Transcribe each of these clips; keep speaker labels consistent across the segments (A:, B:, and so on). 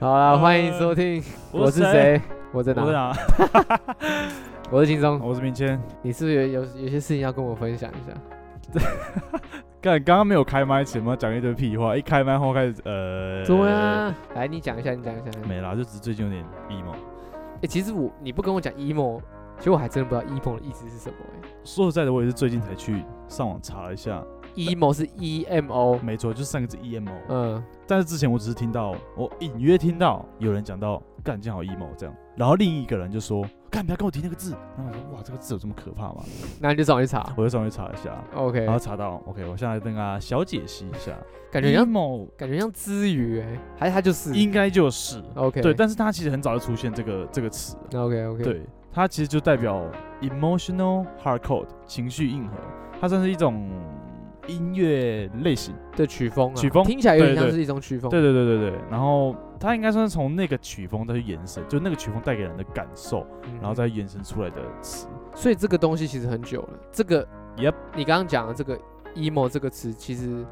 A: 好啦，欢迎收听，我是？谁？我在
B: 呃我
A: 哪？
B: 在哪？
A: 我是轻松。
B: 我是明谦。
A: 你是不是有有有些事情要跟我分享一下？
B: 干，刚刚没有开麦前嘛，讲一堆屁话，一开麦后开始呃，
A: 对，啊，来你讲一下，你讲一下。
B: 没啦，就只是最近有点 emo。
A: 哎，其实我你不跟我讲 emo，其实我还真的不知道 emo 的意思是什么欸。
B: 说实在的，我也是最近才去上网查了一下，
A: emo 是 E M O，
B: 没错，就三个字 emo。
A: 嗯，
B: 但是之前我只是听到，我隐约听到有人讲到干这样好 emo 这样，然后另一个人就说干不要跟我提那个字，然后我说哇这个字有这么可怕吗？
A: 那你就找我去查。
B: 我就上去查一下，
A: 啊 OK，
B: 然后查到 OK，我现在跟大家小解析一下，
A: 感觉像
B: emo
A: 感觉像之语哎，还是他就是
B: 应该就是
A: OK
B: 对，但是它其实很早就出现这个这个词了，
A: OK OK
B: 对，它其实就代表 emotional hard code 情绪硬核，它算是一种音乐类型，
A: 的曲风啊，
B: 曲风
A: 听起来有点
B: 对对
A: 像是一种曲风。
B: 对对对对对，然后它应该算是从那个曲风再去延伸，就那个曲风带给人的感受，
A: 嗯
B: 然后再延伸出来的词，
A: 所以这个东西其实很久了。这个
B: Yep
A: 你刚刚讲的这个 emo 这个词，其实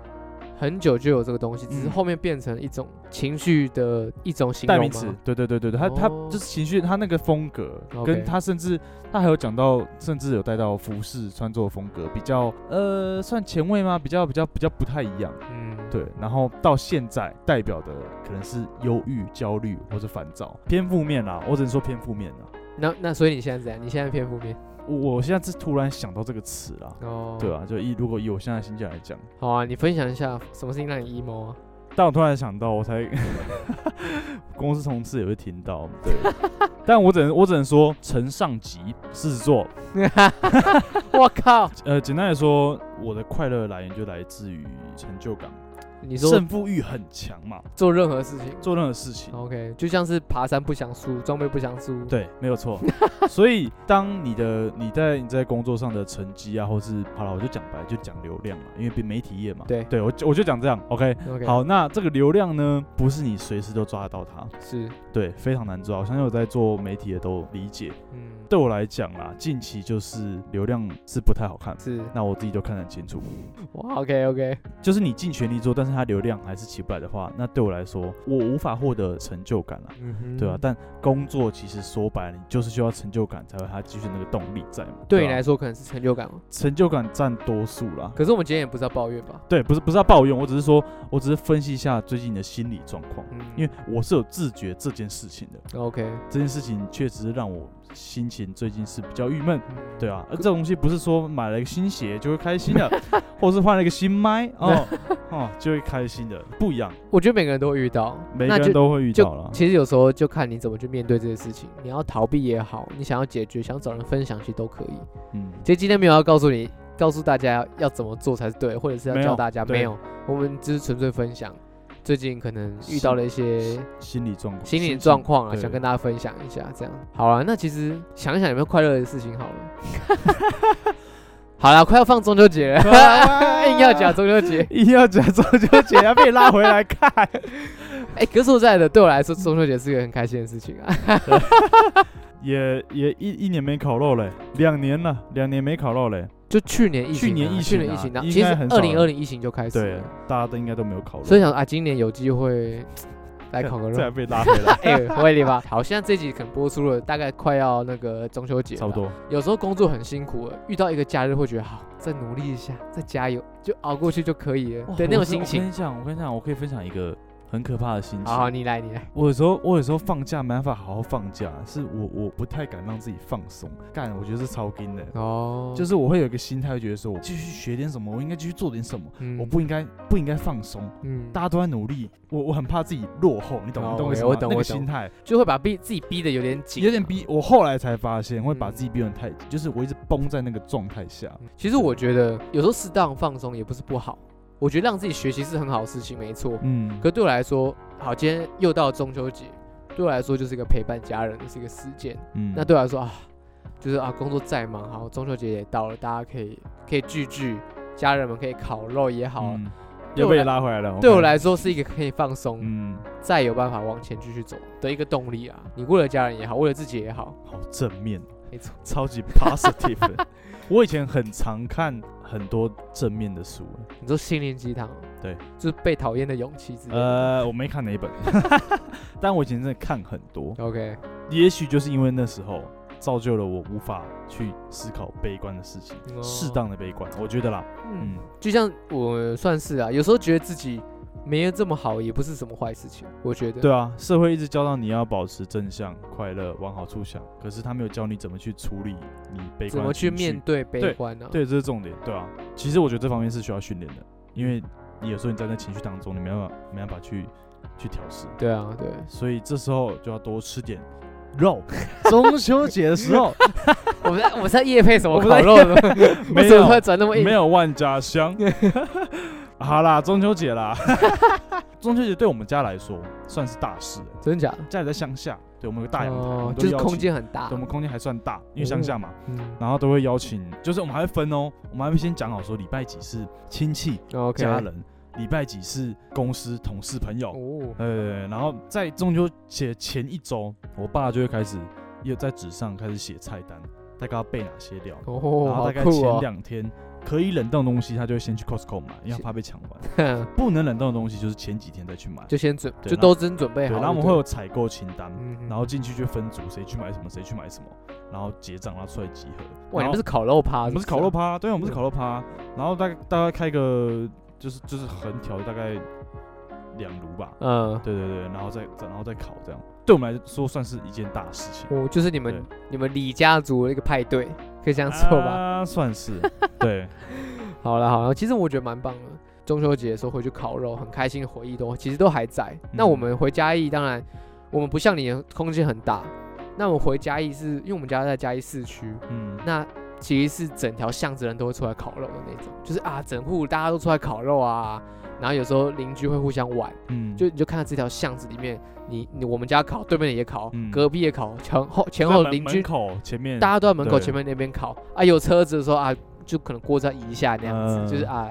A: 很久就有这个东西，只是
B: 嗯
A: 后面变成一种情绪的一种形
B: 代
A: 容
B: 名词
A: 吗，
B: 对对对对对，它它
A: 哦
B: 就是情绪，它那个风格
A: OK
B: 跟它甚至它还有讲到，甚至有带到服饰穿着风格比较呃算前卫吗？比较比较比较不太一样。
A: 嗯，
B: 对，然后到现在代表的可能是忧郁、焦虑或者烦躁，偏负面啦，我只能说偏负面啦。
A: 那那所以你现在怎样？你现在偏负面
B: 我我现在是突然想到这个词啦，
A: 哦，
B: 对，啊，就以如果以我现在的心情来讲，
A: 好啊，你分享一下什么事情让你 emo 啊？
B: 但我突然想到，我才 公司同事也会听到，对，但我只能我只能说，承上级狮子座，
A: 我靠，
B: 呃，简单来说，我的快乐来源就来自于成就感，
A: 你说
B: 胜负欲很强嘛，
A: 做任何事情
B: 做任何事情，
A: ，OK，就像是爬山不想输，装备不想输，，
B: 对，没有错。 所以当你的你在你在工作上的成绩啊，或是好了，我就讲白，就讲流量嘛，因为比媒体业嘛。
A: 对
B: 对我就我就讲这样，OK。
A: ，OK，，
B: 好，那这个流量呢，不是你随时都抓得到它，
A: 是，
B: 对，非常难抓。我相信有在做媒体的都理解。
A: 嗯，
B: 对我来讲啦，近期就是流量是不太好看，
A: 是，
B: 那我自己就看得很清楚。
A: 哇，OK OK，
B: 就是你尽全力做，但是它流量还是起不来的话，那对我来说，我无法获得成就感啊。
A: 嗯哼
B: 对啊，但工作其实说白了，你就是需要成就感才会它继续那个动力在嘛。
A: 对你
B: 啊
A: 来说可能是成就感嘛，
B: 成就感占多数啦。
A: 可是我们今天也不是要抱怨吧？
B: 对，不是不是要抱怨，我只是说，我只是分析一下最近的心理状况，
A: 嗯
B: 因为我是有自觉这件事情的。
A: OK，
B: 这件事情确实是让我心情最近是比较郁闷。对啊，
A: 可
B: 而这种东西不是说买了一个新鞋就会开心的， 或是换了一个新麦哦哦就会开心的，不一样，
A: 我觉得每个人都会遇到，
B: 每个
A: 那
B: 人
A: 就
B: 都会遇到啦。
A: 其实有时候就看你怎么去面对这些事情。你要逃避也好，你想要解决，想找人分享，其实都可以。
B: 嗯，
A: 其实今天没有要告诉你，告诉大家要怎么做才是对，或者是要
B: 没有
A: 教大家
B: 对
A: 没有，我们只是纯粹分享最近可能遇到了一些
B: 心理状况，
A: 心理状况啊，
B: 对
A: 想跟大家分享一下。这样好啊，那其实想一想有没有快乐的事情好了。 好了，快要放中秋节 了，硬要讲中秋节。
B: 一定要讲中秋节要被拉回来看，
A: 哎、可是说实在的，对我来说中秋节是一个很开心的事情啊。
B: 也也一一年没烤肉嘞，两年了，两年没烤肉嘞，
A: 就去年疫情啊、
B: 去年疫情啊
A: 去年疫情，然后
B: 应
A: 其实
B: 该很少
A: 二零二零疫情就开始
B: 对
A: 了，，
B: 大家都应该都没有烤肉，
A: 所以想啊，今年有机会来烤 个
B: 再
A: 肉。，
B: 被拉回来
A: 哎，我会理吧。好，现在这集可能播出了，大概快要那个中秋节，
B: 差不。多。
A: 有时候工作很辛苦了，遇到一个假日会觉得好，再努力一下，再加油，就熬过去就可以了。对，那种心
B: 我
A: 情。
B: 跟你讲，我跟你讲，我可以分享一个很可怕的心情
A: 好。好，你来，你来。
B: 我有时候，我有时候放假没办法好好放假，是我我不太敢让自己放松。干，我觉得是超金的，
A: 哦，
B: 就是是我会有一个心态，会觉得说我继续学点什么，我应该继续做点什么，我
A: 我，
B: 不应该不应该放松。
A: 嗯，
B: 大家都在努力，我我很怕自己落后，你懂
A: 哦
B: 你懂我意思
A: 我
B: 吗？
A: 懂
B: 那
A: 我
B: 个
A: 懂
B: 心态
A: 就会把逼自己逼得有点紧，
B: 有点。逼。我后来才发现，会把
A: 嗯
B: 自己逼得太紧，就是我一直绷在那个状态下。
A: 其实我觉得有时候适当放松也不是不好，我觉得让自己学习是很好的事情，没错。
B: 嗯，
A: 可对我来说，好，今天又到中秋节，对我来说就是一个陪伴家人的是一个时间。
B: 嗯
A: 那对我来说啊，就是啊，工作再忙，好，中秋节也到了，大家可以可以聚聚，家人们可以烤肉也好，
B: 嗯
A: 对
B: 又
A: 我
B: 被
A: 来
B: 拉回来了。
A: 对我
B: OK，
A: 来说是一个可以放松，
B: 嗯，
A: 再有办法往前继续走的一个动力啊。你为了家人也好，为了自己也好，
B: 好正面哦。
A: 没错，
B: 超级 positive 的。我以前很常看很多正面的书了。
A: 你说心灵鸡汤，啊
B: 对，
A: 就是被讨厌的勇气之类的。
B: 呃，我没看哪 一本，但我以前真的看很多。
A: OK，
B: 也许就是因为那时候造就了我无法去思考悲观的事情，
A: 哦
B: 适当的悲观，我觉得啦，
A: 嗯
B: 嗯，，
A: 就像我算是啊，有时候觉得自己没有这么好，也不是什么坏事情，我觉得。
B: 对啊，社会一直教到你要保持正向、快乐、往好处想，可是他没有教你怎么去处理你悲观的
A: 怎么去
B: 情绪
A: 面对悲观呢、啊？
B: 对，这是重点，对啊。其实我觉得这方面是需要训练的，因为你有时候你在那情绪当中，你没办法没办法去去调试，
A: 对啊，对，
B: 所以这时候就要多吃点肉。中秋节的时候
A: 我们在我们在夜配什么
B: 我们
A: 烤
B: 在
A: 肉呢？为
B: 没
A: 什么会
B: 有
A: 转那么硬？
B: 没有万家香，好啦，中秋节啦， 中秋节对我们家来说算是大事了，
A: 真的假的？
B: 家里在乡下，对我们有个大阳台，我
A: 哦
B: 们，都
A: 就是
B: 邀
A: 空
B: 请
A: 间很大哦
B: 对我。们空间还算大，因为乡下嘛，
A: 嗯
B: 然后都会邀请，就是我们还会分哦，我们还会先讲好说礼拜几是亲戚
A: ，OK。
B: 家人，礼拜几是公司同事朋友，
A: 哦，
B: 呃，然后在中秋节前一周，我爸就会开始又在纸上开始写菜单，大概要备哪些料，
A: 哦，
B: 然后
A: 好
B: 大概
A: 酷
B: 前
A: 哦！
B: 两天。可以冷冻的东西，他就会先去 Costco 买，因为他怕被抢 完。不能冷冻的东西，就是前几天再去买。
A: 就先准，
B: 对
A: 就
B: 然
A: 都真准备
B: 对，
A: 好。
B: 然后我们会有采购清单，
A: 嗯，嗯
B: 然后进去就分组，谁去买什么，谁去买什么，然后结账，然后出来集合。
A: 哇，
B: 然
A: 你
B: 后
A: 们是烤肉
B: 我
A: 趴？
B: 们是
A: 不
B: 烤肉趴，对啊，我们是
A: 嗯
B: 烤肉趴，然后大概大概开个就是就是横条大概两炉吧，
A: 啊。
B: 对对对，然后再再然后再烤这样，对我们来说算是一件大事情。
A: 嗯，我就是你们你们李家族的一个派对，可以这样说吧？
B: 啊，算是 对，
A: 好了好了，其实我觉得蛮棒的。中秋节的时候回去烤肉，很开心的回忆都其实都还在。
B: 嗯
A: 那我们回嘉义，当然我们不像你的空间很大，那我回嘉义是因为我们家在嘉义市区，
B: 嗯，
A: 那其实是整条巷子人都会出来烤肉的那种，就是啊，整户大家都出来烤肉啊，然后有时候邻居会互相玩，
B: 嗯
A: 就你就看到这条巷子里面，你你我们家烤，对面也烤，
B: 嗯
A: 隔壁也烤，前后前
B: 在
A: 后
B: 门
A: 邻
B: 门
A: 居
B: 口前面，
A: 大家都在门口
B: 对
A: 前面那边烤啊，有车子的时候啊，就可能过在移一下那样子，
B: 嗯
A: 就是啊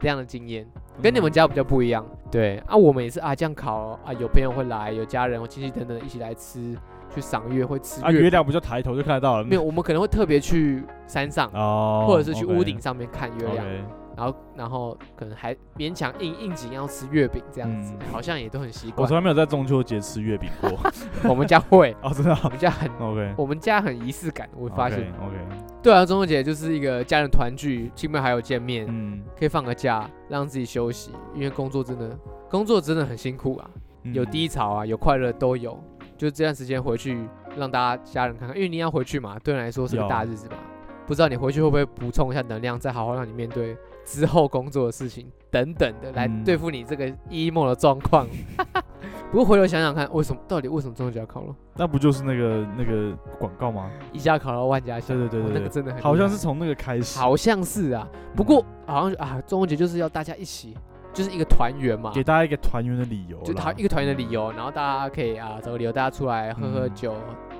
A: 这样的经验，跟你们家比较不一样。对啊，我们也是啊这样烤啊，有朋友会来，有家人、有亲戚等等一起来吃，去赏月会吃
B: 啊
A: 月
B: 月
A: 饼。
B: 亮不就抬头就看得到了
A: 没有，我们可能会特别去山上，
B: 哦，
A: 或者是去屋顶上面看月亮，
B: OK，
A: 然后然后可能还勉强应应景要吃月饼这样子，
B: 嗯
A: 好像也都很习
B: 我
A: 惯。
B: 从来没有在中秋节吃月饼过
A: 我们家会，
B: 哦，真的
A: 我
B: 哦
A: 们家很。
B: ，OK，
A: 我们家很仪式感，我发现。
B: OK，
A: 对啊，中秋节就是一个家人团聚，亲朋好友见面，
B: 嗯，
A: 可以放个假，让自己休息，因为工作真的，工作真的很辛苦啊，
B: 嗯
A: 有低潮啊，有快乐都有。就这段时间回去，让大家家人看看，因为你要回去嘛，对你来说是个
B: 要
A: 大日子嘛。不知道你回去会不会补充一下能量，再好好让你面对之后工作的事情等等的，来
B: 嗯
A: 对付你这个 emo 的状 况。不过回头想想看，为什么到底为什么中秋节要烤肉？
B: 那不就是那个那个广告吗？
A: 一家烤肉万家香，
B: 对对对
A: 哦
B: 对
A: 那
B: 对
A: 个真的很
B: 好
A: 厉
B: 像
A: 害
B: 是从嗯那个开始，
A: 好像是啊，不过好像啊，中秋节就是要大家一起，就是一个团圆嘛，
B: 给大家一个团圆的理由啦，
A: 就团一个团圆的理由，然后大家可以啊找个理由，大家出来喝喝
B: 嗯
A: 酒、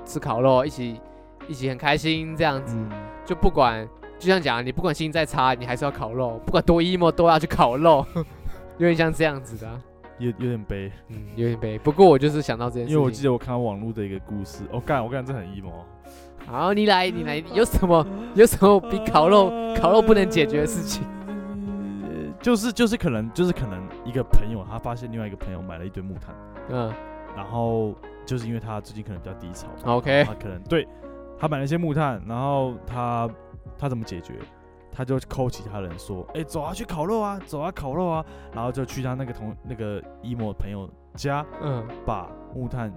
A: 吃烤肉，一起一起很开心这样子，
B: 嗯，
A: 就不管就像讲啊，你不管心情再差，你还是要烤肉，不管多 emo 都要去烤肉， 有点像这样子的啊、
B: 有有点悲，
A: 嗯，有点悲。不过我就是想到这件事
B: 因
A: 情，
B: 为我记得我看到网络的一个故事，我、干，我干，这很 emo。
A: 好，你来你来，有什么有什么比烤肉烤肉不能解决的事情？
B: 呃就是就是可能就是可能一个朋友他发现另外一个朋友买了一堆木炭，
A: 嗯
B: 然后就是因为他最近可能比较低潮，
A: ，OK，
B: 他可能对他买了一些木炭，然后他他怎么解决？他就扣其他人说：“哎、走啊，去烤肉啊，走啊，烤肉啊。”然后就去他那个同那个 emo 的朋友家，
A: 嗯，
B: 把木炭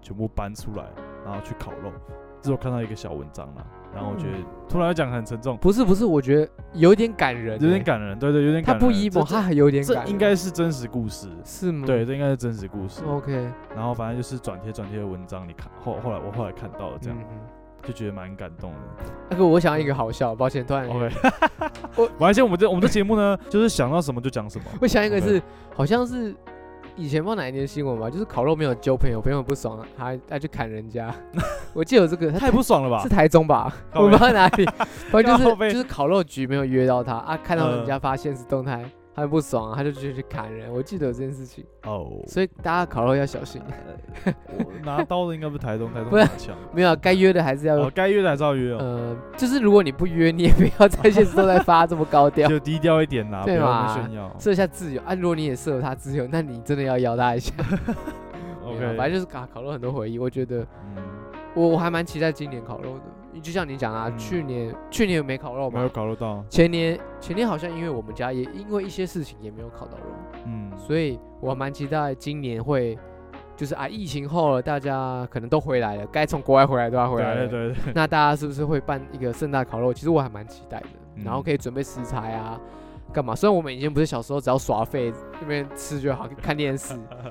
B: 全部搬出来，然后去烤肉。之后看到一个小文章啦，然后我觉得
A: 嗯
B: 突然讲很沉重，
A: 不是不是，我觉得有点感人欸、
B: 有点感人，对对，有点
A: 他
B: 感人。
A: 不 emo，
B: 这
A: 他还有点
B: 这
A: 感人，嗯
B: 应该是真实故事，
A: 是吗？
B: 对，这应该是真实故事。
A: ，OK，
B: 然后反正就是转贴转贴的文章，你看后后来我后来看到了，这样
A: 嗯嗯。
B: 就觉得蛮感动的。
A: 那个我想要一个好笑，抱歉，突然
B: OK，
A: 我
B: 我而且我们这我们这节目呢，就是想到什么就讲什么。
A: 我想一个是好像是以前放哪一年新闻吧，就是烤肉没有揪朋友，朋友不爽，还还去砍人 家。我记得有这个，他
B: 太不爽了吧
A: 是？台中吧？
B: 靠
A: 我不
B: 北
A: 知道哪里，反正就
B: 靠嗯
A: 是
B: 北
A: 就是烤肉局没有约到他啊，看到人家发现实动态，他很不爽、啊，他就去去砍人。我记得有这件事情，
B: 哦，
A: 所以大家烤肉要小心。
B: 我拿刀的应该不是台东，台东
A: 不是
B: 拿枪。
A: 没有啊，该约的还是要，
B: 哦，该约的还是要约哦，
A: 呃，就是如果你不约，你也不要在现实都在发这么高调，
B: 就低调一点啦，不
A: 对
B: 要那么
A: 嘛
B: 炫耀。
A: 设一下自由啊。如果你也适合他自由，那你真的要邀他一下。没有啊
B: OK，
A: 反正就是烤烤肉很多回忆，我觉得
B: 嗯，
A: 我我还蛮期待今年烤肉的。你就像你讲啊，
B: 嗯
A: 去年去年没烤肉
B: 没有
A: 嘛，
B: 搞得到，
A: 前年前年好像因为我们家也因为一些事情也没有烤到肉，
B: 嗯，
A: 所以我还蛮期待今年会。就是啊，疫情后了，大家可能都回来了，该从国外回来都要回来了
B: 对。啊对 对，
A: 那大家是不是会办一个盛大烤肉？其实我还蛮期待的，
B: 嗯
A: 然后可以准备食材啊，干嘛？虽然我们以前不是小时候只要耍废那边吃就好，看电 视，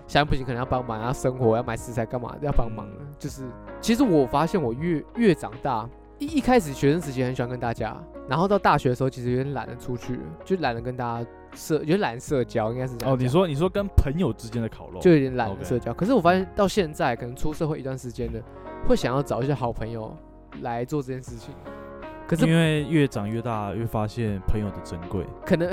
A: 现在不行，可能要帮忙，要生活，要买食材干嘛，要帮忙了。啊
B: 嗯
A: 就是其实我发现我越越长大，一一开始学生时期很喜欢跟大家，然后到大学的时候其实有点懒得出去了，就懒得跟大家社，有点懒得社交，应该是这样
B: 哦，你
A: 讲
B: 说你说跟朋友之间的烤肉，
A: 就有点懒得
B: OK
A: 社交。可是我发现到现在，可能出社会一段时间了，会想要找一些好朋友来做这件事情。可
B: 因
A: 是
B: 为越长越大，越发现朋友的珍贵。
A: 可 能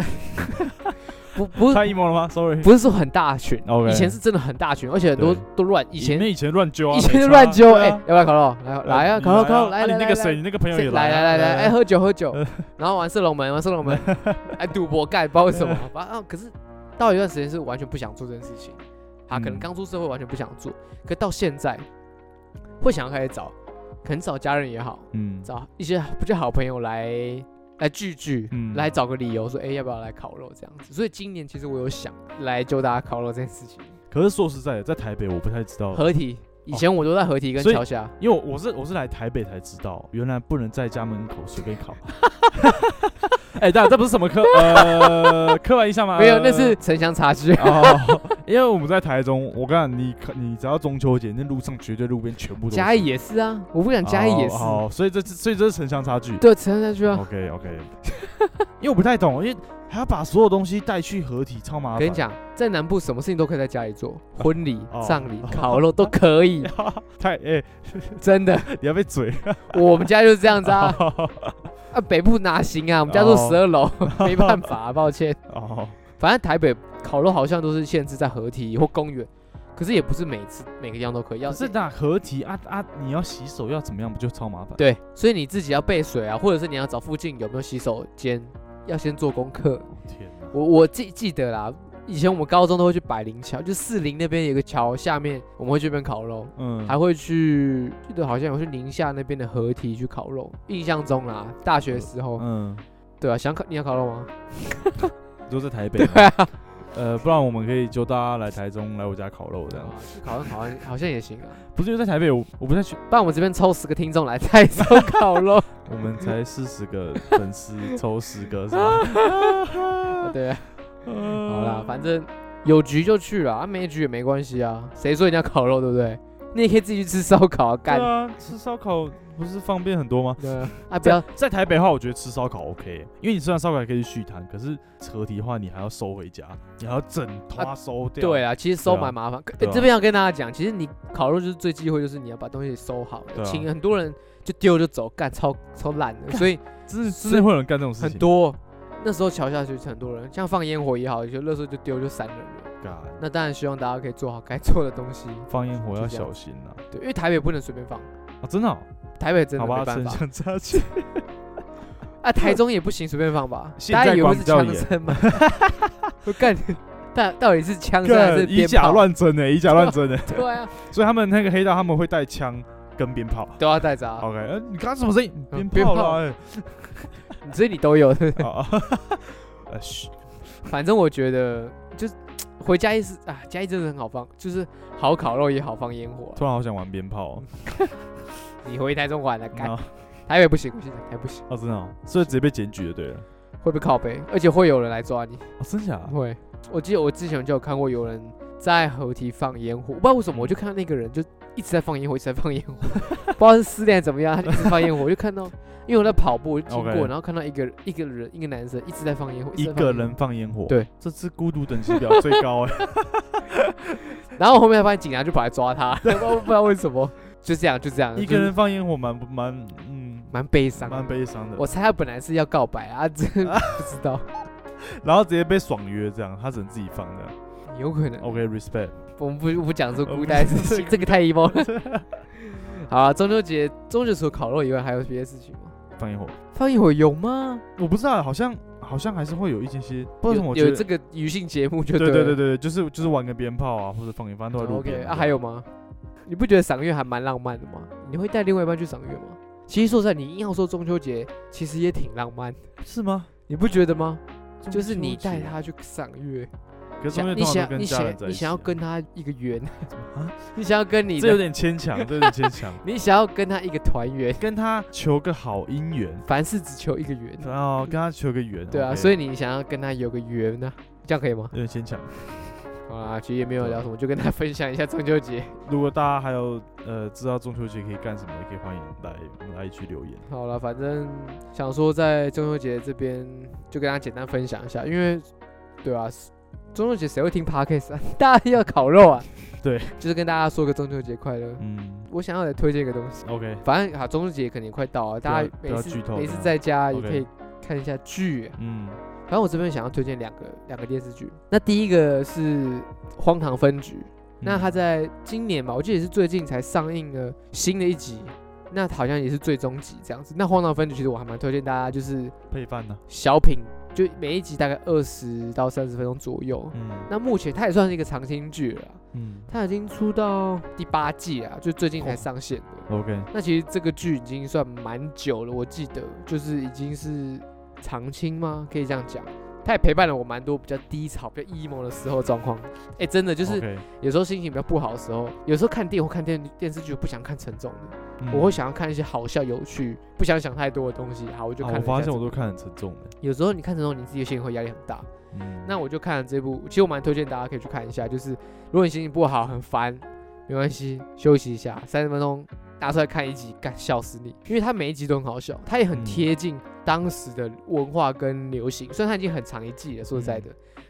A: 不不
B: 太
A: 是
B: emo 了吗？Sorry，
A: 不是说很大群
B: OK
A: 以前是真的很大群，而且很多
B: 对
A: 都乱。以前
B: 你们以前乱揪啊，
A: 以前
B: 没
A: 就
B: 差
A: 乱揪，
B: 对
A: 哎，
B: 啊
A: 要不要烤肉？来来啊，
B: 你
A: 烤肉烤肉，
B: 啊
A: 来
B: 你
A: 来
B: 那
A: 来
B: 个谁，你那个朋友
A: 谁
B: 也
A: 来
B: 啊
A: 来来，哎，
B: 对啊
A: 喝酒喝 酒
B: 呃，
A: 然后玩射龙门，玩射龙 门，哎，赌博干，不知道为什么，反正啊可是到一段时间是完全不想做这件事情，啊，可能
B: 嗯
A: 刚出社会完全不想做，可到现在会想要开始找，可能找家人也好，
B: 嗯，
A: 找一些比较好朋友来来聚聚，
B: 嗯
A: 来找个理由说，哎，要不要来烤肉这样子？所以今年其实我有想来揪大家烤肉这件事情，
B: 可是说实在的，在台北我不太知道，
A: 合体，以前我都在合体跟
B: 哦所以
A: 桥下。
B: 因为我是我是来台北才知道，原来不能在家门口随便 烤。哎，大家这不是什么刻呃刻板印象吗？
A: 没有，
B: 呃
A: 那是城乡差距。
B: 哦，因为我们在台中，我跟你讲，你你只要中秋节，那路上绝对路边全部都是
A: 嘉义也是啊，我不想嘉义也是。
B: 哦，哦哦所以这所以这是城乡差距。
A: 对，沉下去啊。
B: OK OK，因为我不太懂，因为还要把所有东西带去合体，超麻烦。
A: 跟你，讲，在南部什么事情都可以在家里 做，婚礼
B: 哦、
A: 葬礼、烤肉都可 以，
B: 太哎、
A: 真的。
B: 你要被嘴。
A: 我们家就是这样子啊。啊，北部哪行啊？我们家住
B: 哦
A: 十二楼， 没办法、抱歉。
B: 哦，
A: 反正台北烤肉好像都是限制在合体或公园，可是也不是每次每个地方都可以。要
B: 可是那合体啊啊，你要洗手要怎么样，不就超麻烦？
A: 对，所以你自己要备水啊，或者是你要找附近有没有洗手间，要先做功课。
B: 哦，天哪！
A: 我我记记得啦，以前我们高中都会去百灵桥，就士林那边有个桥下面，我们会去那边烤肉，
B: 嗯，
A: 还会去，记得好像有去宁夏那边的河堤去烤肉，印象中啦，大学的时候，
B: 嗯，
A: 对啊，想烤你要烤肉吗？
B: 都在台北
A: 对
B: 嘛。
A: 啊，
B: 呃，不然我们可以就大家来台中来我家烤肉这 样。
A: 去烤肉好像好像也行啊，
B: 不是因为在台北，我我不太去，
A: 不然我们这边抽十个听众来台中烤肉，
B: 我们才四十个粉丝，抽十 个是吧？
A: 对啊，好
B: 好
A: 啦，反正有局就去啦，啊没局也没关系啊，谁说一定要烤肉对不对？ 你也可以自己去吃烧烤啊，干
B: 对，啊，吃烧烤不是方便很多吗？
A: 对啊，啊不
B: 在
A: 要
B: 在台北的话，我觉得吃烧烤 OK，因为你吃完烧烤还可以去续摊，可是合体的话，你还要收回家，你还要整团收掉。
A: 对
B: 啊，
A: 啊，其实收
B: 对啊
A: 蛮麻烦。可
B: 对啊
A: 这边要跟大家讲，其实你烤肉就是最忌讳，就是你要把东西收好
B: 对。啊
A: 请很多人就丢就走，干超超烂的，所以
B: 真的
A: 是
B: 真的会有人干这种事情。
A: 很多那时候桥下去很多人，像放烟火也好，有些垃圾就丢就散人了。
B: 干
A: 那当然希望大家可以做好该做的东西，
B: 放烟火要
A: 就这样
B: 小心呐、
A: 对，因为台北不能随便放，
B: 啊！真的哦、
A: 台北真
B: 好
A: 的
B: 吧，
A: 没办
B: 城
A: 法
B: 乡差距。
A: 啊，台中也不行随便放吧？
B: 现
A: 大家
B: 在
A: 以为
B: 管
A: 是
B: 比较
A: 枪
B: 严
A: 声吗？ 我干，到到底是枪声还
B: 干
A: 是
B: 以
A: 鞭
B: 假
A: 炮？
B: 乱真呢、欸以假乱真呢、
A: 对啊，
B: 所以他们那个黑道他们会带枪跟鞭炮。
A: 都要带着啊，
B: OK，呃，你刚刚什么声音？
A: 嗯
B: 鞭炮
A: 鞭炮
B: 啦！
A: 所以你都有。
B: 哎啊，啊 呃，嘘
A: 反正我觉得就是回嘉义是啊，嘉义真的很好放，就是好烤肉也好放烟火啊、
B: 突然好想玩鞭炮哦。
A: 你回台中玩了，嗯干
B: 啊
A: 台北不行，不行，台北不行，
B: 哦，真的、哦，所以直接被检举了，对了。
A: 会被靠背，而且会有人来抓你。
B: 哦，真假？
A: 会，我记得我之前就有看过有人在河堤放烟火，不知道为什么，我就看到那个人就一直在放烟火，一直在放 烟火，不知道是失恋还是怎么样，他就一直放烟火，我就看到。因为我在跑步，我就经过
B: OK
A: 然后看到一个一个人，一个男生一直在放烟火，
B: 一
A: 直在放
B: 个
A: 烟火
B: 人放烟火，
A: 对，
B: 这是孤独等级表最高 哎、
A: 然后我后面发现警察就跑来抓他，不知道不知道为什么，就这样就这样，
B: 一
A: 就
B: 个
A: 是
B: 人放烟火蛮蛮嗯
A: 蛮悲伤的，
B: 蛮悲伤的。
A: 我猜他本来是要告白啊，这不知道。
B: 然后直接被爽约这样，他只能自己放这样。
A: 有可能。
B: OK，respect、
A: 我们不我不讲这个
B: 我
A: 孤
B: 们
A: 单
B: 不
A: 之
B: 讲这
A: 心，
B: 个
A: 这个太 emo 了。好啊，中秋节，中秋除了烤肉以外，还有别的事情吗？
B: 放烟火，
A: 放烟火有吗？
B: 我不知道，好像好像还是会有一些些，不知道为什么
A: 有
B: 我觉
A: 有
B: 得
A: 这个娱性节目就
B: 对
A: 对
B: 对
A: 了
B: 对对，就是就是玩个鞭炮啊，或者放烟，反正都在路
A: OK，
B: 边。
A: 啊，还有吗？你不觉得赏月还蛮浪漫的吗？你会带另外一半去赏月吗？其实说实在，你硬要说中秋节，其实也挺浪漫，
B: 是吗？
A: 你不觉得吗？就是
B: 中秋
A: 你带
B: 节，
A: 他去赏月，
B: 可是中秋
A: 你
B: 通常都
A: 想
B: 跟
A: 你
B: 家
A: 想
B: 人在一
A: 你
B: 起
A: 想要
B: 啊
A: 跟他一个圆，
B: 啊，
A: 你想要跟你
B: 这有
A: 的，
B: 点牵强，这有点牵
A: 。
B: 强
A: 你想要跟他一个团圆，
B: 跟他求个好姻缘，
A: 凡事只求一个 圆。
B: 然后跟他求个缘。
A: 嗯对啊，
B: 啊 OK
A: 所以你想要跟他有个圆呢、这样可以吗？
B: 有点牵强。
A: 好啦，其实也没
B: 啊
A: 有聊什么，就跟他分享一下中秋节。
B: 如果大家还有呃知道中秋节可以干什么，也可以欢迎来我们的 IG 留言。
A: 好了，反正想说在中秋节这边就跟大家简单分享一下，因为对啊，中秋节谁会听 podcast 啊？ 大家要烤肉啊。
B: 对，
A: 就是跟大家说个中秋节快乐。
B: 嗯
A: 我想要来推荐一个东西，
B: ，OK，
A: 反正啊，中秋节可能也快到了，大家
B: 不
A: 每
B: 啊要
A: 次
B: 剧透
A: 每次
B: 嗯
A: 在家也
B: OK
A: 可以看一下剧。啊
B: 嗯，
A: 反正我这边想要推荐两个两个电视剧，那第一个是《荒唐分局》，那它
B: 他
A: 在今年吧，我记得也是最近才上映了新的一集，那好像也是最终集这样子。那《荒唐分局》其实我还蛮推荐大家，就是
B: 配饭呢，
A: 小品，就每一集大概二十到三十分钟左右。
B: 嗯
A: 那目前它也算是一个长青剧了啦，
B: 嗯
A: 它已经出到第八季啊，就最近才上线的。
B: ，OK，
A: 那其实这个剧已经算蛮久了，我记得就是已经是长青吗？可以这样讲，它也陪伴了我蛮多比较低潮、比较 emo 的时候状况。哎、真的就
B: 就是
A: 有时候心情比较不好的时候，有时候看电影或看电电视剧，我不想看沉重的，
B: 嗯
A: 我会想要看一些好笑有趣，不想想太多的东西。好，我就
B: 啊
A: 看了
B: 我
A: 一下这个、
B: 发现我都看很沉重的。
A: 有时候你看沉重，你自己的心情会压力很大。
B: 嗯
A: 那我就看了这部，其实我蛮推荐大家可以去看一下，就是如果你心情不好很烦，没关系，休息一下，三十分钟拿出来看一集，干笑死你，因为它每一集都很好笑，它也很
B: 嗯
A: 贴近当时的文化跟流行，虽然它已经很长一季了，说实在
B: 嗯
A: 的。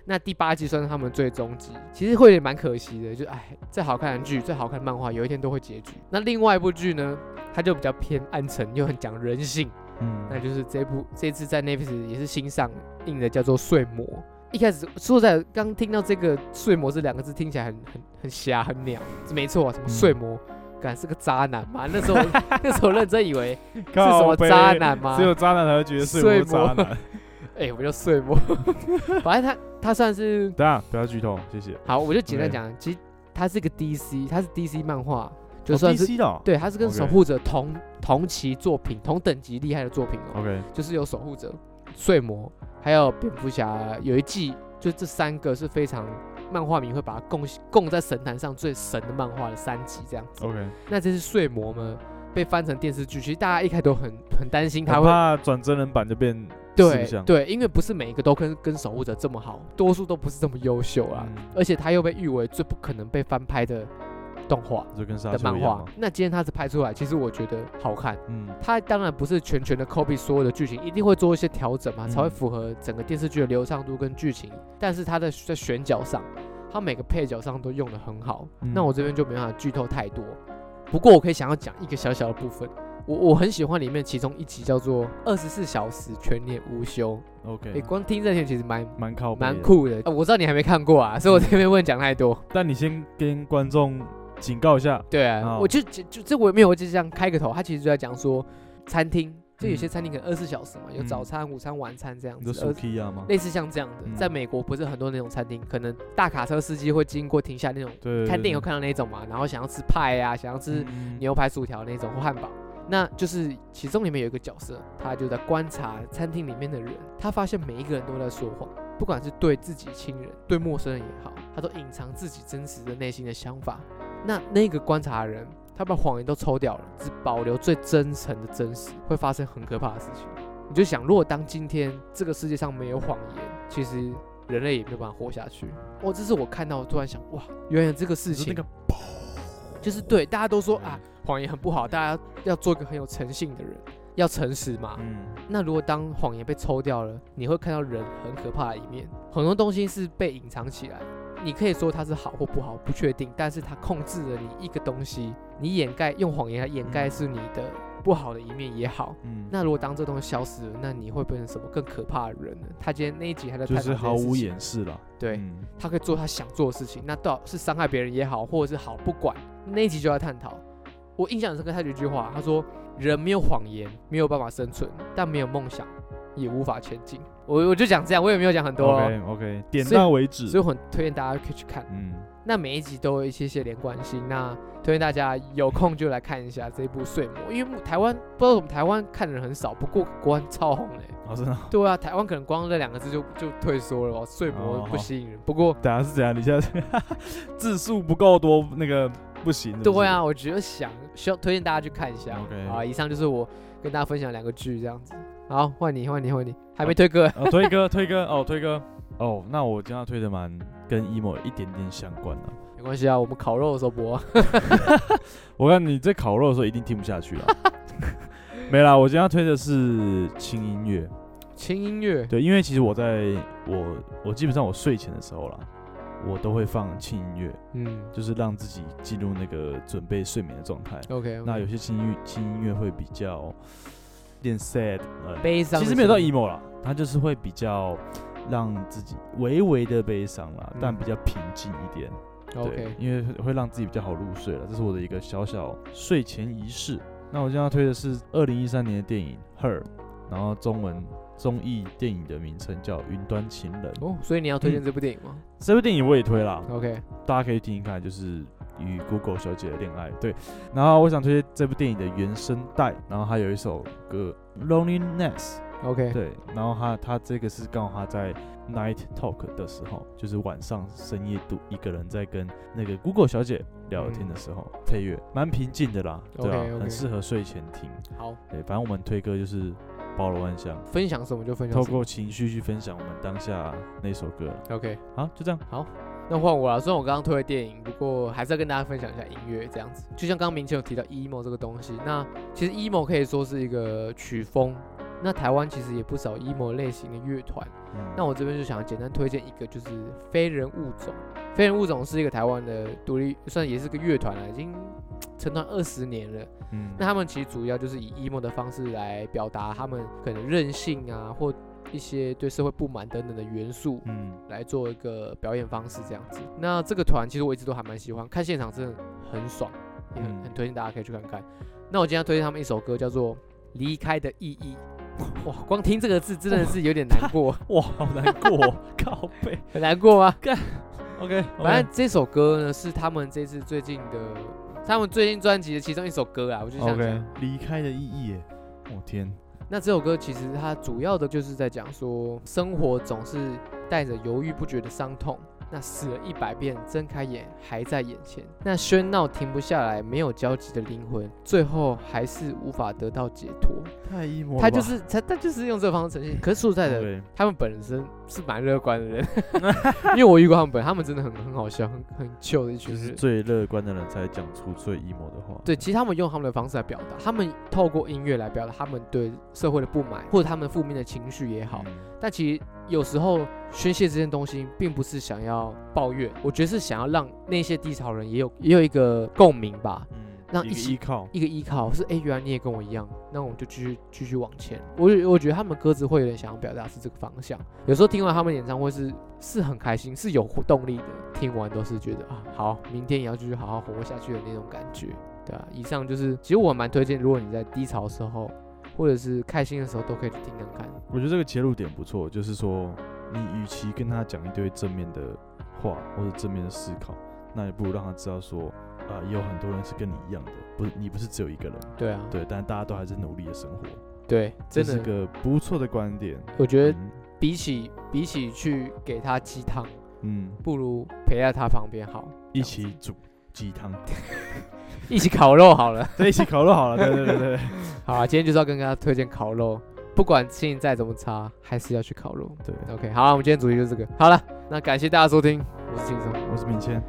A: 那第八季算是他们最终季，其实会有点蛮可惜的，就哎，再好看的剧，再好看的漫画，有一天都会结局。那另外一部剧呢，它就比较偏暗沉，又很讲人性， 那
B: 嗯，
A: 就是这部这次在 Netflix 也是新上映的，叫做《睡魔》。一开始说实在的刚听到这个“睡魔”这两个字，听起来很很很瞎很鸟，没错、啊，什么
B: 嗯
A: 睡魔，敢是个渣男嘛？那时 候那时候认真以为
B: 是
A: 是什么渣？男吗
B: 只？有渣男才会觉得
A: 睡
B: 睡魔
A: 魔
B: 渣 男。
A: 哎、我们叫睡魔。 反正他他算是
B: 等一下不要剧透，谢谢。
A: 好，我就简单
B: OK
A: 讲，其实他是个 DC，他是 DC 漫画，就
B: 哦
A: 算是、
B: DC 的哦，
A: 对，他是跟
B: OK
A: 守护者同同期作品、同等级厉害的作品哦。
B: ，OK，
A: 就是有守护者、睡魔，还有蝙蝠侠，有一季就这三个是非常漫画迷会把它供供在神坛上最神的漫画的三集这样子。
B: OK，
A: 那这是睡魔呢被翻成电视剧，其实大家一开始都很很担心它
B: 我
A: 会。
B: 怕转真人版就变
A: 对
B: 像
A: 对，因为不是每一个都跟跟守护者这么好，多数都不是这么优秀啊，
B: 嗯
A: 而且它又被誉为最不可能被翻拍的动画
B: 就跟沙
A: 的
B: 丘
A: 漫
B: 一样哦
A: 画
B: 嘛。。
A: 那今天它是拍出来，其实我觉得好看，
B: 嗯
A: 它当然不是全权的 copy 所有的剧情，一定会做一些调整嘛，
B: 嗯
A: 才会符合整个电视剧的流畅度跟剧情。但是它的在选角上，它每个配角上都用的很好。
B: 嗯
A: 那我这边就没办法剧透太多，不过我可以想要讲一个小小的部分。我我很喜欢里面其中一集叫做《二十四小时全年无休》，诶、
B: ，OK，
A: 光听这些其实蛮
B: 蛮靠北
A: 蛮
B: 啊的
A: 酷的、呃我知道你还没看过啊，所以我这边不能讲太多。
B: 但你先跟观众警告一下，
A: 对啊，
B: 哦
A: 我就就就这我也没有，我就这样开个头，他其实就在讲说餐厅，就有些餐厅可能二十四小时嘛，有
B: 嗯
A: 早餐、午餐、晚餐这样
B: 你说
A: 子，呃
B: Sukiya 吗？
A: 类似像这样的，
B: 嗯
A: 在美国不是很多那种餐厅，可能大卡车司机会经过停下那种，
B: 对，
A: 看电影有
B: 对嗯
A: 看到那种嘛，然后想要吃派啊，想要吃，牛排、薯条那种或汉堡。那就是其中里面有一个角色，他就在观察餐厅里面的人，他发现每一个人都在说谎，不管是对自己亲人、对陌生人也好，他都隐藏自己真实的内心的想法。那那个观察的人，他把谎言都抽掉了，只保留最真诚的真实，会发生很可怕的事情。你就想，如果当今天这个世界上没有谎言，其实人类也没有办法活下去。哦，这是我看到，我突然想，哇，原来这个事
B: 事
A: 情
B: 情，那个
A: 就是对大家都说
B: 对
A: 啊，谎言很不好，大家要做一个很有诚信的人，要诚实嘛。
B: 嗯，
A: 那如果当谎言被抽掉了，你会看到人很可怕的一面，很多东西是被隐藏起来的。你可以说它是好或不好，不确定，但是它控制了你一个东西，你掩盖用谎言来掩盖是你的不好的一面也好。
B: 嗯，
A: 那如果当这东西消失了，那你会变成什么更可怕的人呢？他今天那一集还在探
B: 就
A: 讨
B: 是
A: 这件
B: 毫
A: 事
B: 无
A: 情
B: 掩饰了。
A: 对，
B: 嗯
A: 他可以做他想做的事情，那到底是伤害别人也好，或者是好不管，那一集就要探讨。我印象很深刻，他有一句话，他说：“人没有谎言没有办法生存，但没有梦想也无法前进。我”我就讲这样，我也没有讲很多哦、
B: OK OK，点
A: 所以
B: 到为止。
A: 所以我很推荐大家可以去看。
B: 嗯，
A: 那每一集都有一些些连贯性，那推荐大家有空就来看一下这一部《睡魔》，因为台湾不知道我们台湾看的人很少，不过国外超红嘞、
B: 老师，
A: 对啊，台湾可能光这两个字就就退缩了哦，睡魔
B: 哦
A: 不吸引人。不过
B: 等下是怎样？你现在 字数不够多，那个不行。是不
A: 对
B: 是，
A: 啊，我觉得想需要推荐大家去看一下。
B: OK
A: 啊，以上就是我跟大家分享两个剧这样子。好，换你，换你，换你，还没推歌。
B: 哦，推歌，推歌，哦，推歌，哦，那我今天要推的蛮跟 emo 有一点点相关的、
A: 没关系啊，我们烤肉的时候播。
B: 我看你在烤肉的时候一定听不下去了。啊 没啦，我今天要推的是轻音乐。
A: 轻音乐，
B: 对，因为其实我在我我基本上我睡前的时候啦，我都会放轻音乐，
A: 嗯
B: 就是让自己进入那个准备睡眠的状态。
A: ，OK，
B: 那有些轻音乐轻音乐会比较有点 sad，呃，
A: 悲伤的声音，
B: 其实没有到 emo 啦，它就是会比较让自己微微的悲伤啦，但
A: 嗯
B: 比较平静一点。对
A: OK，
B: 因为会会让自己比较好入睡了，这是我的一个小小睡前仪式。那我今天要推的是二零一三年的电影《Her》，然后中文综艺电影的名称叫《云端情人》。
A: 哦，嗯所以你要推
B: 嗯
A: 荐这部电影吗
B: 这部电影我也推啦，
A: ？OK，
B: 大家可以听听看，就是与 Google 小姐的恋爱。对，然后我想推荐这部电影的原声带，然后还有一首歌《Loneliness》。
A: OK，
B: 对，然后他他这个是刚好他在 night talk 的时候，就是晚上深夜独一个人在跟那个 Google 小姐聊天的时候，配乐蛮平静的啦，对啊
A: 嗯 OK，OK
B: 很适合睡前听。
A: 好，
B: 对，反正我们推歌就是包罗万象，
A: 分享什么就分享
B: 透
A: 什么。
B: 过情绪去分享我们当下那首歌。
A: OK，
B: 好，就这样。
A: 那换我了。虽然我刚刚推了电影，不过还是要跟大家分享一下音乐这样子。就像刚刚明前有提到 emo 这个东西，那其实 emo 可以说是一个曲风。那台湾其实也不少 emo 类型的乐团。
B: 嗯
A: 那我这边就想简单推荐一个，就是非人物种。非人物种是一个台湾的独立，算也是个乐团了，已经成团二十年了。
B: 嗯
A: 那他们其实主要就是以 emo 的方式来表达他们可能任性啊，或一些对社会不满等等的元素。
B: 嗯
A: 来做一个表演方式这样子。那这个团其实我一直都还蛮喜欢，看现场真的很爽，也很
B: 嗯
A: 很推荐大家可以去看看。那我今天要推荐他们一首歌叫做《离开的意义》， 哇，光听这个字真的是有点难过，
B: 哇，好难过哦， 靠背。
A: 很难过吗？
B: OK，
A: 反正这首歌呢是他们这次最近的，他们最近专辑的其中一首歌啊，我就想
B: OK，
A: 讲。
B: 离开的意义耶，我、天，
A: 那这首歌其实它主要的就是在讲说，生活总是带着犹豫不决的伤痛。那死了一百遍，睁开眼还在眼前。那喧闹停不下来，没有交集的灵魂，最后还是无法得到解脱。
B: 太 emo 了吧。
A: 他就是他，他就是用这个方式呈现。可是说实在的，
B: 对
A: 他们本身是蛮乐观的 人，因为我遇过他们本，他们真的很很好笑，很很 chill 的一群
B: 就是
A: 人。
B: 最乐观的人才讲出最 emo 的话。
A: 对，其实他们用他们的方式来表达，他们透过音乐来表达他们对社会的不满，或者他们负面的情绪也好。
B: 嗯
A: 但其实有时候宣泄这件东西，并不是想要抱怨，我觉得是想要让那些低潮人也有也有一个共鸣吧，
B: 嗯
A: 让
B: 一
A: 一
B: 个
A: 起
B: 依靠。
A: 一个依靠。是哎、诶原来你也跟我一样，那我们就继续继续往前。我觉我觉得他们歌词会有点想要表达是这个方向。有时候听完他们演唱会是是很开心，是有动力的，听完都是觉得啊，好，明天也要继续好好活下去的那种感觉。对啊，以上就是，其实我蛮推荐，如果你在低潮的时候，或者是开心的时候，都可以去听看看。
B: 我觉得这个切入点不错，就是说，你与其跟他讲一堆正面的话或者正面的思考，那你不如让他知道说，啊、也有很多人是跟你一样的，不是你不是只有一个人，
A: 对啊，
B: 对，但大家都还是努力的生活，
A: 对，
B: 这
A: 真
B: 是
A: 的，
B: 个不错的观点。
A: 我觉得
B: 嗯
A: 比起比起去给他鸡汤，
B: 嗯，
A: 不如陪在他旁边好，
B: 一起煮鸡汤，
A: 一起烤肉好了。
B: 在一起烤肉好了，对对对对对
A: 好啊，今天就是要跟大家推荐烤肉，不管心情再怎么差，还是要去烤肉。
B: 对，
A: OK，好啊、我们今天主题就是这个。好了，那感谢大家收听，我是轻松。
B: 我是明谦，